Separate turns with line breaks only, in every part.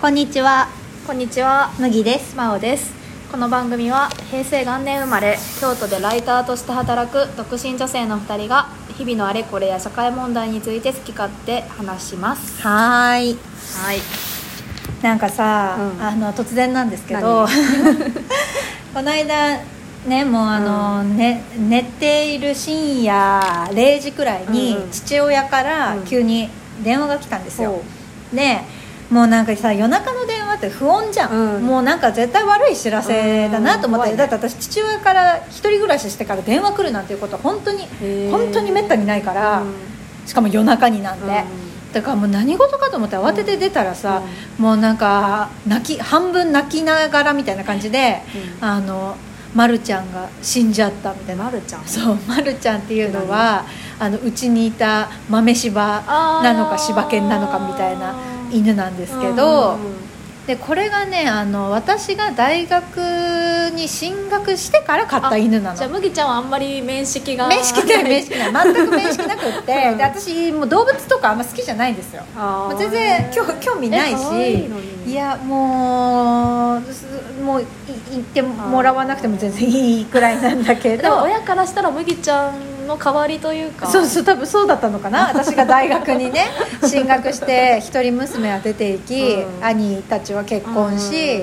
こんにちは、
こんにちは、
麦です。
まおです。この番組は平成元年生まれ、京都でライターとして働く独身女性の2人が日々のあれこれや社会問題について好き勝手話します。
はーい。
はい。
なんかさ、
うん
あの突然なんですけど、 この間ねもうあの、ね寝ている深夜0時くらいに
うんうん
父親から
うん
急に電話が来たんですよ
お。
でもうなんかさ夜中の電話って不穏じゃん、
うん
もうなんか絶対悪い知らせだなと思って、
うん
だ
怖
っ
い
て
ね
私父親から一人暮らししてから電話来るなんていうことは本当に
へー
本当にめったにないから、しかも夜中になんて、だからもう何事かと思って慌てて出たらさ、もうなんか泣き半分泣きながらみたいな感じで、
う
あのまるちゃんが死んじゃったみたいな
なるちゃん。
そうまるちゃんっていうのはあのうちにいた豆柴
あー
なのか柴犬なのかみたいな犬なんですけど、
うんうんうん
でこれがねあの私が大学に進学してから買った犬なの
じゃあ麦ちゃんはあんまり面識が
面識ない面識ない全く面識なくって、で私もう動物とかあんま好きじゃないんですよ
あ
も
ー
う全然興興味ない
え可愛いの
し
に
いやもうすもうい行ってもらわなくても全然いいくらいなんだけ
でも
ど
親からしたら麦ちゃんの代わりというか
そうそう多分そうだったのかな 私が大学にね進学して一人娘は出ていき、
うん
兄たちは結
うん
婚し、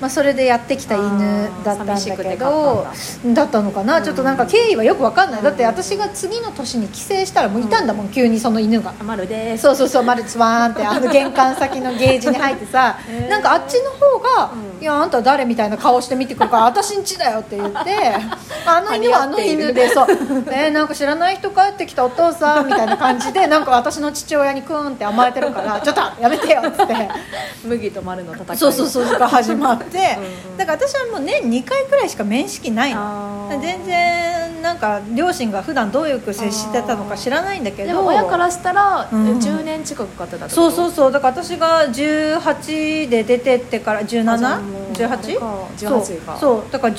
まあ、それでやってきた犬だったんだ
あー寂しく
け
て買ったん
ど
だ
だったのかな、ちょっとなんか経緯はよくわかんない、
うん
だって私が次の年に帰省したらもういたんだもん、急にその犬が。
あまるです
そうそうそうマルチワーンってあの玄関先のゲージに入ってさ、
へー
なんかあっちの方が「
うん
いやあんた誰?」みたいな顔して見てくるから「私んちだよ」って言 って「あの犬はあの犬でそうえーなんか知らない人帰ってきたお父さん」みたいな感じでなんか私の父親にクーンって甘えてるから「ちょっとやめてよ」っ つって。
麦と丸の戦い
そうそうそうが始まって
うんうん
だから私はもう年2回くらいしか面識ないの
あー
全然なんか両親が普段どういう接してたのか知らないんだけど
でも親からしたら、
うん
え10年近く買ってたってこと
そうそうそうだから私が18で出てってから
あじゃあもうあれ
17?18?
か18か
そうそうだから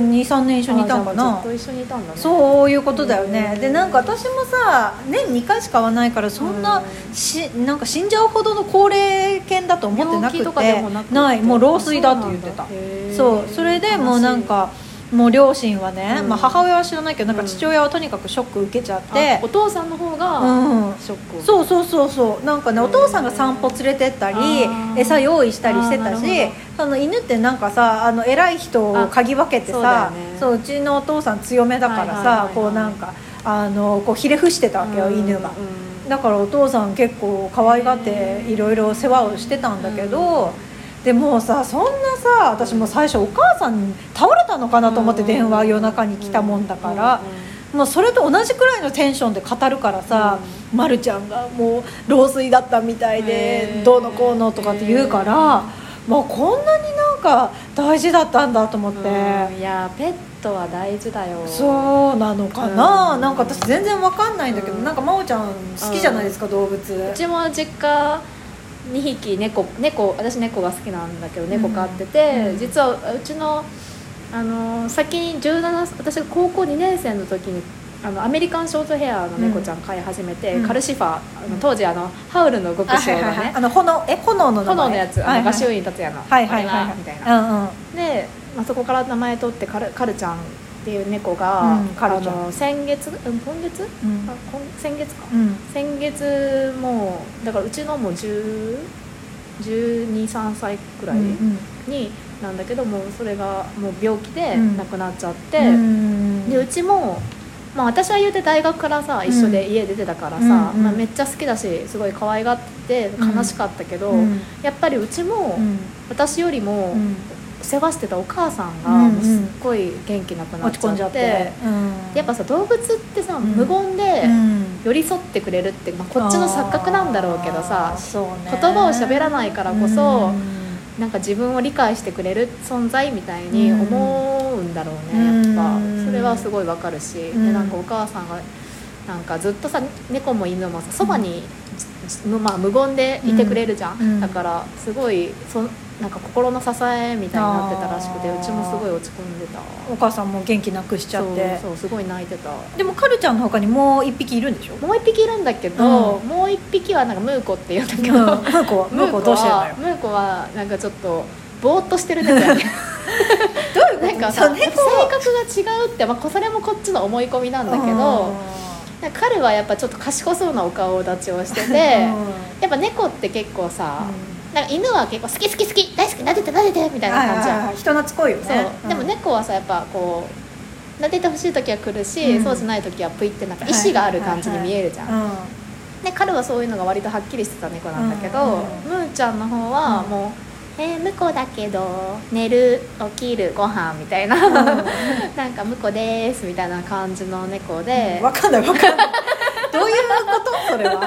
123年一緒にいたんか
あじゃあず
な
っと一緒にいたんだねう
そういうことだよね
うん
でなんか私もさ年2回しか会わないからそんなしなんか死んじゃうほどの高齢犬だと思ってなく
病気
て
とかでもなくて
いもう老衰だって言ってた
あそうなんだへー
そうそれでもうなんかもう両親はね、
うん
まあ、母親は知らないけどなんか
うん
父親はとにかくショック受けちゃって
あお、父さんの方が
うん、
ショックを
そうそうそうそうなんかね
へー
お父さんが散歩連れてったり
あー
餌用意したりしてた
あー
し
なるほ
その犬ってなんかさあの偉い人を嗅ぎ分けてさ
あそうだよね
そううちのお父さん強めだから
はいはいはい
さ
はい
こうなんかあのこうひれ伏してたわけよ
うん
犬が
うん
だからお父さん結構可愛がって
へー
いろいろ世話をしてたんだけどでもうさそんなさ私もう最初お母さん倒れたのかなと思って電話夜中に来たもんだから
うんうんうん
もうそれと同じくらいのテンションで語るからさ、ま、るちゃんがもう老衰だったみたい
へ
で
ー
どうのこうのとかって言うから、まあ、こんなになんか大事だったんだと思って、
うんいやペットは大事だよ
そうなのかな、
うん
なんか私全然わかんないんだけど、
うん
なんか真央ちゃん好きじゃないですか、動物
うちも実家2匹猫猫私猫が好きなんだけど猫飼ってて、
うん
実はうちのあの先に17私が高校2年生の時にあのアメリカンショートヘアの猫ちゃん飼い始めて、
うん
カルシファーあの当時あのハウルの動く
あ
ショーがね
あの炎え炎の名前
炎のやつあの合唱
はい
院達也の
はいはいは
これ
い
が
はい
みたいな
な、うんうん、
で、まあ、そこから名前取ってカルカルちゃんっていう猫が、
うんカル
あ
ちゃん
の先月、うん、今月、
うん
あ今先月か、
うん
先月もうだからうちのもう1 2 3歳くらい
うん
になんだけどもうそれがもう病気で
うん
亡くなっちゃって、
うん
でうちも、まあ、私は言うて大学からさ一緒で家出てたから
うん
さ、
うん
まあ、めっちゃ好きだしすごい可愛がってて悲しかったけど、
うん
やっぱりうちも
うん
私よりも
うん
世話してたお母さんが
うんうん
もうすっごい元気なくなっ
落ち
ちゃ
込ん
って,、
じゃって、うん
やっぱさ動物ってさ、
ん
無言で。
うん
寄り添ってくれるって、まあ、こっちの錯覚なんだろうけど
あ
さ
ーそうね
言葉を喋らないからこ
う
そ
ん
なんか自分を理解してくれる存在みたいに思うんだろうね、
うん
やっ
うん
ぱそれはすごいわかるし、
うん
でなんかお母さんがなんかずっとさ猫も犬もさそばに、じじまあ、無言でいてくれるじゃん、
うん
だからすごいそなんか心の支えみたいになってたらしくて
あー
うちもすごい落ち込んでた
お母さんも元気なくしちゃって
そうそうすごい泣いてた
でもカルちゃんの他にもう一匹いるん でしょ
もう一匹いるんだけど、もう一匹はなんかムーコっていうんだけど、
ムーコはムーコはどうしてるのよ
ムーコはなんかちょっとぼーっとしてる猫やね
ど
なんか
そ
さ
の
性
猫
格が違うって、まあ、こそれもこっちの思い込みなんだけどなんか彼はやっぱちょっと賢そうなお顔立ちをしててやっぱ猫って結構さ、なんか犬は結構好き好き好き大好き撫でて撫でてみたいな感じやん
じ人懐っこいよ
そう
ね
でも猫はさやっぱこう撫でてほしい時は来るし、
うん
そうじゃない時はプイってなんか意志がある感じに見えるじゃん、
ん
で彼はそういうのが割とはっきりしてた猫なんだけど、
うん
ムーちゃんの方は
うん
もう「えー、婿だけど寝る起きるご飯みた いな、なんか婿です」みたいな感じの猫で、
わかんないわかんないどういうことそれ は
なん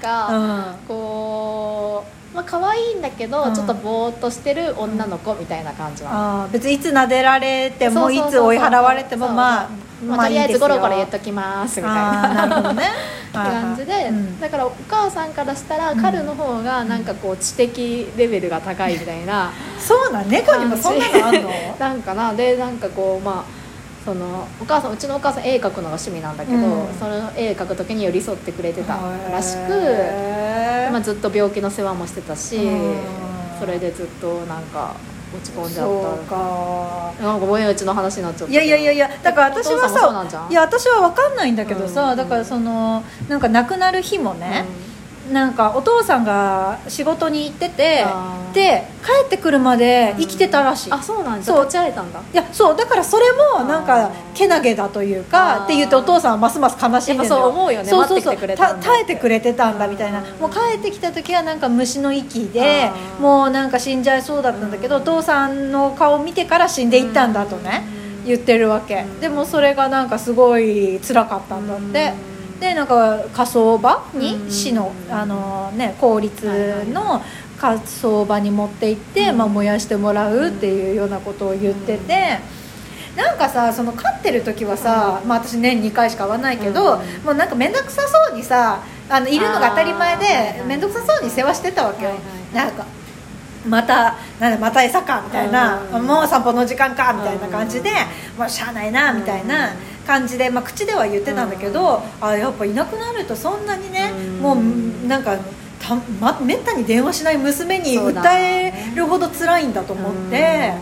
か、こうまあ可愛いんだけど、
うん
ちょっとぼーっとしてる女の子みたいな感じなの
あー別にいつ撫でられて
そ
も
う
い
そうそ
つ
う
追い払われても
そう
まあ
まあ、とりあえずゴロゴロ言っと
き
きます
み
みたいな
なるほど ね
感じで、
うん
だからお母さんからしたら、
うん
彼の方がなんかこう知的レベルが高いみたいな
そうなん猫にもそんなのあんの
なんかなでなんかこうまあそのお母さんうちのお母さん絵描くのが趣味なんだけど、
うん
その絵描く時に寄り添ってくれてたらしく、
へー
まあ、ずっと病気の世話もしてたし、
うん
それでずっとなんか落ち込んじゃ
そう
っ
か
たなんかぼんやりうちの話になっちゃった
いやいやいやいやだから私は
お父さんもそうなんじ
さ
ゃん
いや私は分かんないんだけどさ、
うん
だからそのなんか亡くなる日もね、なんかお父さんが仕事に行ってて
あー
で帰ってくるまで生きてたらしい、
うんあそうなんだ
そう
立ち会えたんだ
いやそうだからそれ
あ
も
ー
なんかけなげだという
あー
かって言ってお父さんはますます悲しいんだ
やっぱそう思うよね
そうそうそう
待ってきてくれたんだ
た耐えてくれてたんだみたいな
うん
もう帰ってきた時はなんか虫の息で
あー
もうなんか死んじゃいそうだったんだけど
うん
お父さんの顔を見てから死んでいったんだとね
うん
言ってるわけ
うん
でもそれがなんかすごい辛かったんだって
うん
でなんか火葬場に
うん
市のあのね公立の火葬場に持って行って
うん
まあ燃やしてもらうっていうようなことを言ってて。なんかさその飼ってる時はさ、まあ、私年2回しか会わないけど、
うん
もうなんか面倒くさそうにさあのいるのが当たり前
あーはいは
で
い
面倒くさそうに世話してたわけよ、
はいはい
なんかまたなんだまた餌かみたいな、
うん
もう散歩の時間かみたいな感じで、
う
まあ、しゃあないなみたいな感じで、まあ、口では言ってたんだけど、あやっぱいなくなるとそんなにね、
うん
もうなんかた、ま、めったに電話しない娘に
そうだ
訴えるほど辛いんだと思って、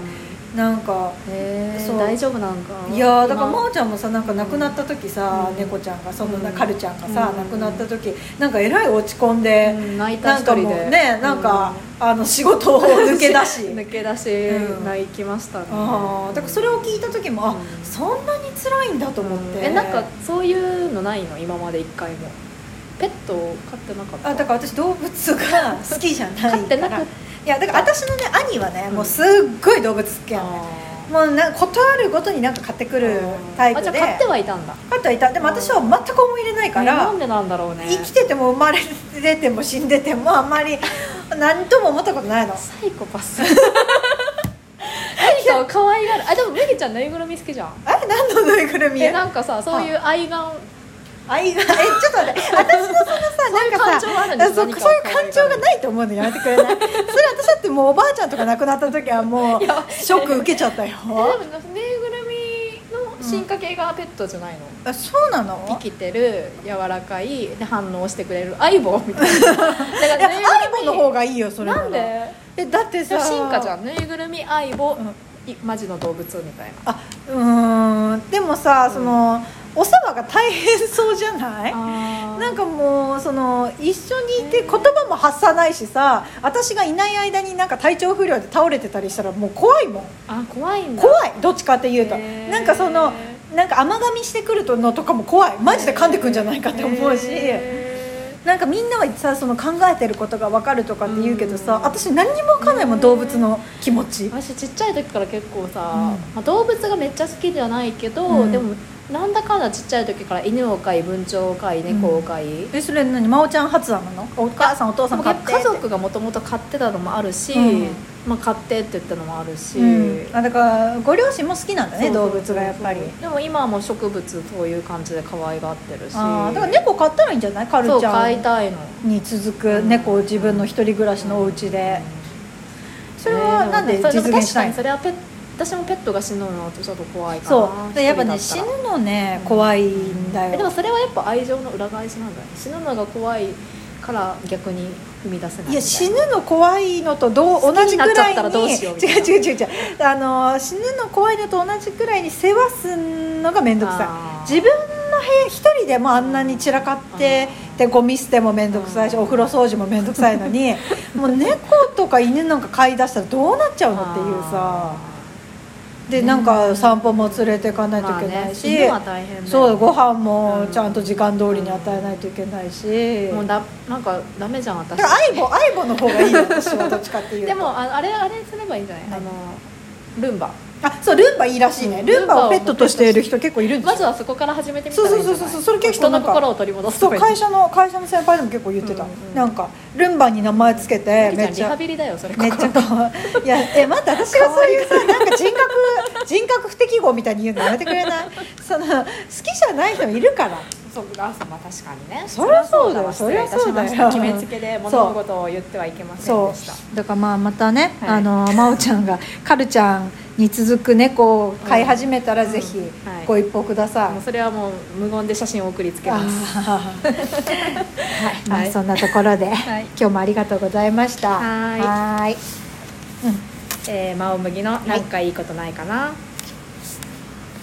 なんか。
へえ
そう
大丈夫なんか
いやーだから
も
真央ちゃんもさなんか亡くなった時さ、
うん
猫ちゃんがその
うん
カルちゃんがさ、
うん
亡くなった時なんかえらい落ち込んで、
うん泣いた
な
一
んか
人で
もうねなんか、あの仕事を抜け出し
抜け出し、
うん
泣きましたね
あーだからそれを聞いた時もあ、
うん
そんなに辛いんだと思って、
えなんかそういうのないの今まで一回もペットを飼ってなかった
あだから私動物が好きじゃないから
飼ってなくっ
いやだから私のね兄はね、
うん
もうすっごい動物好きやねもうなんかことあるごとになんか買ってくるタイプで
あじゃあ飼ってはいたんだ
飼ってはいたでも私は全く思い入れないか
え
ら、
なんでなんだろうね
生きてても生まれても死んでてもあんまり何とも思ったことないの
サイコパス何かを可愛がるあでも麦ちゃんぬいぐるみ好きじゃん
あれ何のぬいぐるみ
え
や
なんかさそういう愛顔
あいえちょっと待って私のそのさなんか
そういう感情はあるんで
さ
す
そう
何か
そういう感情がないと思うのやめてくれないそれ私だってもうおばあちゃんとか亡くなった時はもう
いや
ショック受けちゃったよ
えでもぬいぐるみの進化系がペットじゃないの、
あそうなの
生きてる柔らかいで反応してくれる相棒みた いなだ
いや
ぬいぐるみ
アイボの方がいいよそれ
なんで
えだって
で
さ
も進化じゃんぬいぐるみ相棒、
うん
いマジの動物みたい
あうーんでもさその、お世話が大変そうじゃない
なな
なんん
か
かもうその一緒にいて言葉も発さないしさ私がいない間になんか体調不良で倒れてたりしたらもう怖いもん
あ怖いんだ
怖いどっちかっていうと
へー
なんかそのなんか甘噛みしてくるのとかも怖いマジで噛んでくんじゃないかって思うし
へ
なんかみんなはさその考えてることが分かるとかって言うけどさ
うん
私何にも分かんないもん動物の気持ち
ー私ちっちゃい時から結構さ、
ん
まあ、動物がめっちゃ好きではないけど、
うん
でもなんだかんだちっちゃい時から犬を飼い文鳥を飼い猫を飼い、
えそれ何真央ちゃん発案なのお母さんお父さん買って
家族がもともと飼ってたのもあるし、
うん
まあ、飼ってって言ったのもあるし、
うんあだからご両親も好きなんだね
そう
動
そうそう
物がやっぱり
でも今はもう植物そういう感じで可愛がってるし
あーだから猫飼ったらいいんじゃないカルちゃ
そ
ん
う飼いたいの
に続く猫を自分の一人暮らしのお家でそれはなんで
それ
実現しな
確
い
かに
の
それはペッ私もペットが死ぬのちょっと怖いかな
そうでやっぱね
一
死
人だ
ぬ
た
の
ら
ね怖いんだ
えでも
よ
それはやっぱ愛情の裏返しなんだよね死ぬのが怖いから逆に踏み出せないみた
いや死
ぬ
ぬの怖いのとどう
好き
同じ
になっ
く
ちゃ
らい
ったらどう
に
しようみたいな
違う違う違う違うあの死ぬの怖いのと同じくらいに世話すんのが面倒くさ
あー
い自分の部屋一人でもあんなに散らかって
うん
でゴミ捨ても面倒くさいし
うん
お風呂掃除も面倒くさいの にもう猫とか犬なんか飼い出したらどうなっちゃうのっていうさでなんか散歩も連れていかないといけないし、
まあね、死ぬは大変だよね
そうご飯もちゃんと時間通りに与えないといけないし、
もうだなんかダメじゃん私
だからアイボアイボの方がいい よ私はどっちかっていうと
でもああれあれすればいいんじゃない、あのルンバ
あそうルンバいいらしいねルンバをペットとしている人結構いるんで
ますず
よ、
はそこから始めてみたらいいんじゃない
そうそうそうそうそれ結構
人
なん
の
か
心を取り戻すと
そ
か
う会社の会社の先輩でも結構言ってた、
うんうん
なんかルンバに名前つけてめっ
リ
ち
ハ
ゃ
ビリだよそれ
めっちゃかわいいやえ待って私がそういうさなんか人格 人格不適合みたいに言うのやめてくれ ないその好きじゃない人もいるから
そうあそうまあ確かにね
そりゃそうだよ
そりゃそうだわ
そ
失
りゃ
礼い
そうだよ
たしました決めつけで物事を言ってはいけません
そ
でした
うだからまあまたね、
はい
あの真央ちゃんがカルちゃんに続く猫を飼い始めたら
うん
ぜひ
はい
ご一報ください、
もうそれはもう無言で写真を送りつけ
あ
ま す
ーまあそんなところで、
はい
今日もありがとうございました
はい
はーいうん
えー、真央麦のなんかいいことないかな、